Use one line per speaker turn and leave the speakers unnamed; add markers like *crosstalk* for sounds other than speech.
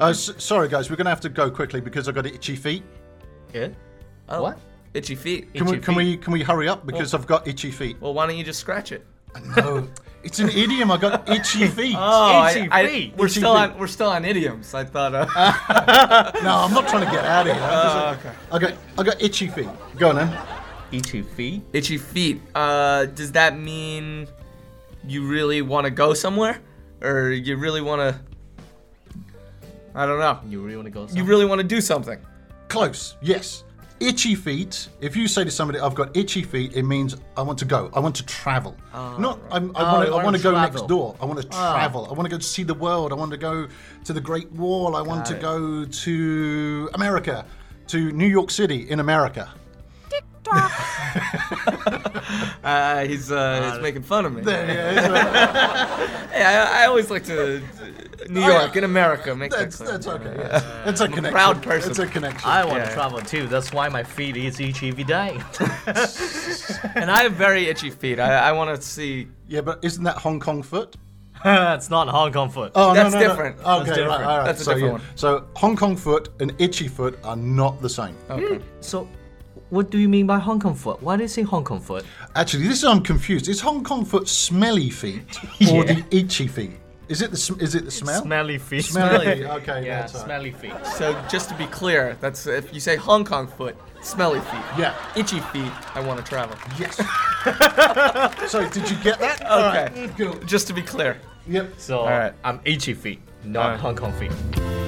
Uh, s- sorry, guys, we're going to have to go quickly because I've got itchy feet.
Yeah. Oh,
What?
Itchy feet.
Can we
Itchy Oh.
can we can we hurry up because I've got itchy feet.
Well, why don't you just scratch it?
No, it's an idiom. I
*laughs*
got itchy feet.
Oh,
Itchy feet.
we're
Itchy
still
feet.
on we're still on idioms. I thought. Uh,
No, I'm not trying to get out of here.
Oh,
I got I got itchy feet. Go on then.
Itchy feet.
*laughs* Itchy feet. Uh, does that mean you really want to go somewhere, or you really want to? I don't know.
You really want to go?
You
Somewhere?
really want to do something.
Close. Yes. Itchy feet. If you say to somebody, "I've got itchy feet," it means I want to go. I want to travel. Not I'm, I
Oh,
want
you
to. I
wanna
want to go
travel. Oh.
next door. I want to travel. I want to go to see the world. I want to go to the Great Wall. I want to
it.
go to America, to New York City in America.
Uh, he's uh, he's making fun of me.
Yeah, yeah,
Hey, I, I always like to New York in America. Make
that's
that clear.
that's okay. Yes. It's a connection.
proud person.
It's a connection.
I want
Yeah.
to travel too. That's why my feet is E itchy every day. *laughs*
and I have very itchy feet. I, I want to see.
yeah, but isn't that Hong Kong foot?
it's not Hong Kong foot.
Oh,
That's different.
Okay,
That's
right,
different.
all right.
That's a
so,
different
yeah.
one.
So Hong Kong foot and itchy foot are not the same.
Okay.
So, what do you mean by Hong Kong foot? Why do you say Hong Kong foot?
Actually, this is I'm confused. Is Hong Kong foot smelly feet
*laughs*
or the itchy feet? Is it the sm- is it the smell?
Smelly feet.
Smelly.
*laughs*
Okay,
Yeah,
that's all right.
smelly feet.
So just to be clear, that's if you say Hong Kong foot, smelly feet.
Yeah.
Itchy feet. I want to travel.
Yes. *laughs* so did you get that?
Okay.
Cool.
Just to be clear.
Yep.
So
Alright.
I'm E itchy feet, not
Alright.
Hong Kong feet.